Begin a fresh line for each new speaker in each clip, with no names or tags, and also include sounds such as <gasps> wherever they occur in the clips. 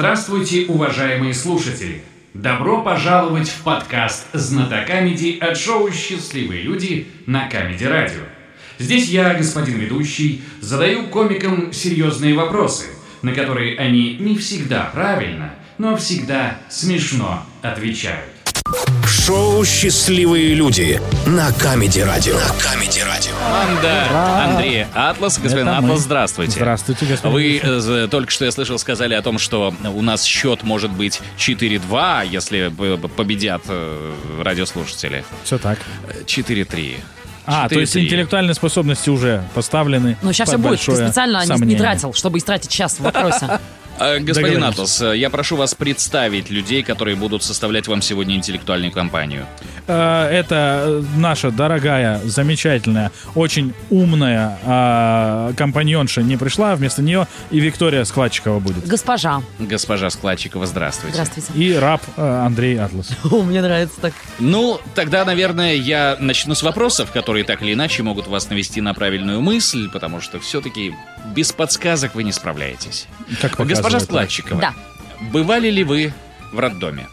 Здравствуйте, уважаемые слушатели! Добро пожаловать в подкаст «Знатокамеди» от шоу «Счастливые люди» на Камеди Радио. Здесь я, господин ведущий, задаю комикам серьезные вопросы, на которые они не всегда правильно, но всегда смешно отвечают.
Шоу «Счастливые люди» на Камеди Радио. На Камеди Радио.
Команда Андрея Атлас. Господин
Это мы.
Атлас, здравствуйте.
Здравствуйте, господин.
Вы э, только что, я слышал, сказали о том, что у нас счет может быть 4-2, если б- б- победят э, радиослушатели.
Все так.
Э, 4-3.
А, то есть
4-3.
интеллектуальные способности уже поставлены.
Ну, сейчас
под
все будет. Ты
большое
специально не, не
сомнение.
тратил, чтобы истратить час
<laughs>
в вопросе.
Э, Господин
Договорились.
Атлас, э, я прошу вас представить людей, которые будут составлять вам сегодня интеллектуальную компанию.
Э, Это э, наша дорогая, замечательная, очень умная э, компаньонша не пришла, а вместо нее и Виктория Складчикова будет.
Госпожа,
Госпожа Складчикова, здравствуйте.
здравствуйте.
И раб э, Андрей Атлас.
<laughs> О, мне нравится так.
Ну, тогда, наверное, я начну с вопросов, которые так или иначе могут вас навести на правильную мысль, потому что все-таки без подсказок вы не справляетесь.
Как
Госпожа
показывает.
Складчикова,
Да.
бывали ли вы в роддоме?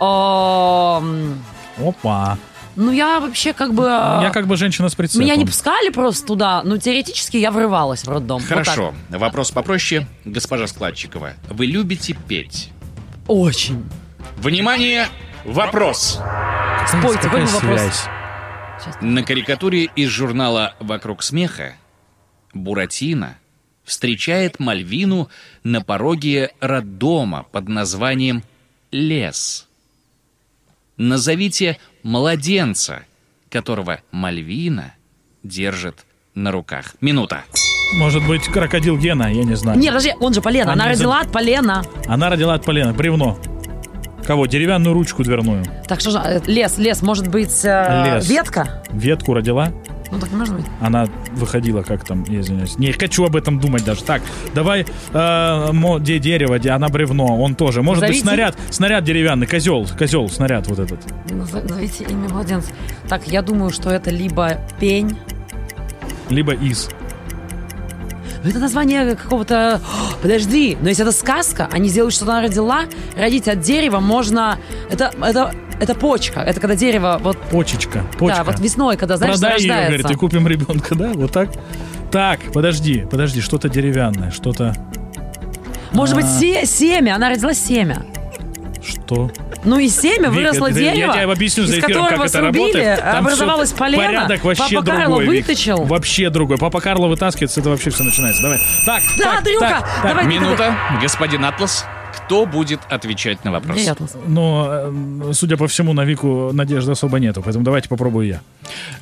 О, м,
Опа.
Ну, я вообще как бы...
Я как бы женщина с прицепом.
А, Меня не пускали просто туда, но теоретически я врывалась в роддом. Вот
Хорошо. Вопрос попроще. Госпожа Складчикова, вы любите петь?
так. Очень.
Внимание! Вопрос!
Спойте,
Какая
какой вопрос?
связь?
На карикатуре из журнала «Вокруг смеха» Буратино встречает Мальвину на пороге роддома под названием «Лес». Назовите младенца, которого Мальвина держит на руках. Минута.
Может быть, крокодил Гена, я не знаю.
Не, подожди, он же Полена. Она
Они за-
родила от Полена.
Она родила от полена. Бревно. Кого? Деревянную ручку дверную.
Так что же, э, лес, лес, может быть, э,
Лес.
ветка?
Ветку родила.
Ну, так не может быть.
Она выходила, как там, я извиняюсь. Не хочу об этом думать даже. Так, давай, э, мо- де дерево, де, она бревно, он тоже. Может
Назовите.
быть, снаряд, снаряд деревянный, козел, козел, снаряд вот этот.
Назовите имя младенца. Так, я думаю, что это либо пень,
Либо из.
Это название какого-то... <gasps> Подожди, но если это сказка, они сделают, что она родила, родить от дерева можно... Это, это, это почка. Это когда дерево вот...
Почечка, почка.
Да, вот весной, когда, знаешь,
Продай ее,
рождается.
говорит, и купим ребенка, да? Вот так? Так, подожди, подожди, что-то деревянное, что-то...
Может быть,
А.
се- семя. Она родила семя.
Что?
Ну и семя,
Вика,
выросло
ты- я
дерево,
тебе объясню за
из
эфиром,
которого
как это
срубили, э,
работает. Там
образовалось
всё-
полено.
Порядок вообще
Папа
другой,
Карло
Вик.
вытащил.
Вообще другой. Папа Карло вытаскивается, это вообще все начинается. Давай. Так,
Да,
так,
Андрюха,
так, так.
давай
Минута. Господин Атлас, кто будет отвечать на вопрос?
Привет.
Но, э, судя по всему, на Вику надежды особо нету, поэтому давайте попробую я.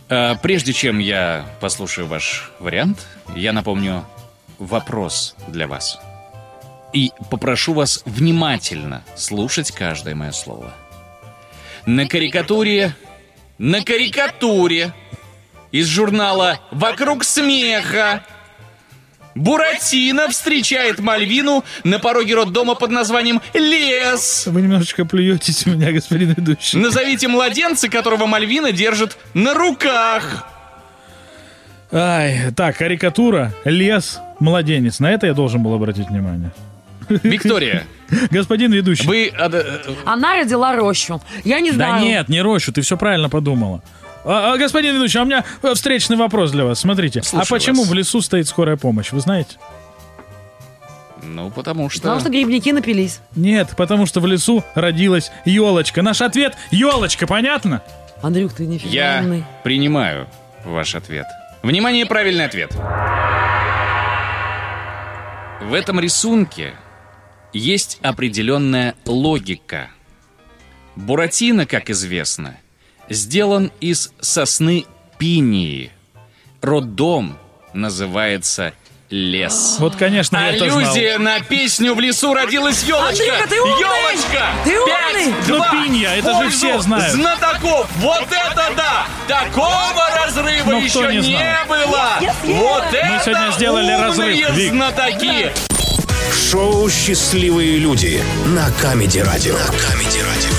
Э, Прежде чем я послушаю ваш вариант, я напомню вопрос для вас. И попрошу вас внимательно слушать каждое мое слово. На карикатуре, на карикатуре из журнала «Вокруг смеха» Буратино встречает Мальвину на пороге роддома под названием «Лес».
Вы немножечко плюетесь у меня, господин ведущий.
Назовите младенца, которого Мальвина держит на руках.
Ай, так, карикатура, лес, младенец. На это я должен был обратить внимание.
Виктория,
Господин ведущий.
вы... а, да, э,
Она родила рощу. Я не знаю.
Да нет, не рощу, ты все правильно подумала. А, а, господин ведущий, а у меня э, встречный вопрос для вас. Смотрите,
Слушаю
а почему
вас.
в лесу стоит скорая помощь, вы знаете?
Ну, потому что...
Потому что грибники напились.
Нет, потому что в лесу родилась елочка. Наш ответ – елочка, понятно?
Андрюк, ты нифига
Я
умный.
принимаю ваш ответ. Внимание, правильный ответ. В этом рисунке есть определенная логика. Буратино, как известно, сделан из сосны пинии. Роддом называется лес.
Вот, конечно, я это знал.
Аллюзия на песню «В лесу родилась елочка».
Андрюха, ты умный!
Елочка!
Ты умный!
Ну, пинья, это же все знают.
Знатоков, вот это да! Такого разрыва
Ну, кто
еще не,
не знал?
было!
Я съела!
вот
Мы
это
сегодня сделали
умные
разрыв, Вик.
знатоки!
Шоу «Счастливые люди» на Камеди Радио. На Камеди Радио.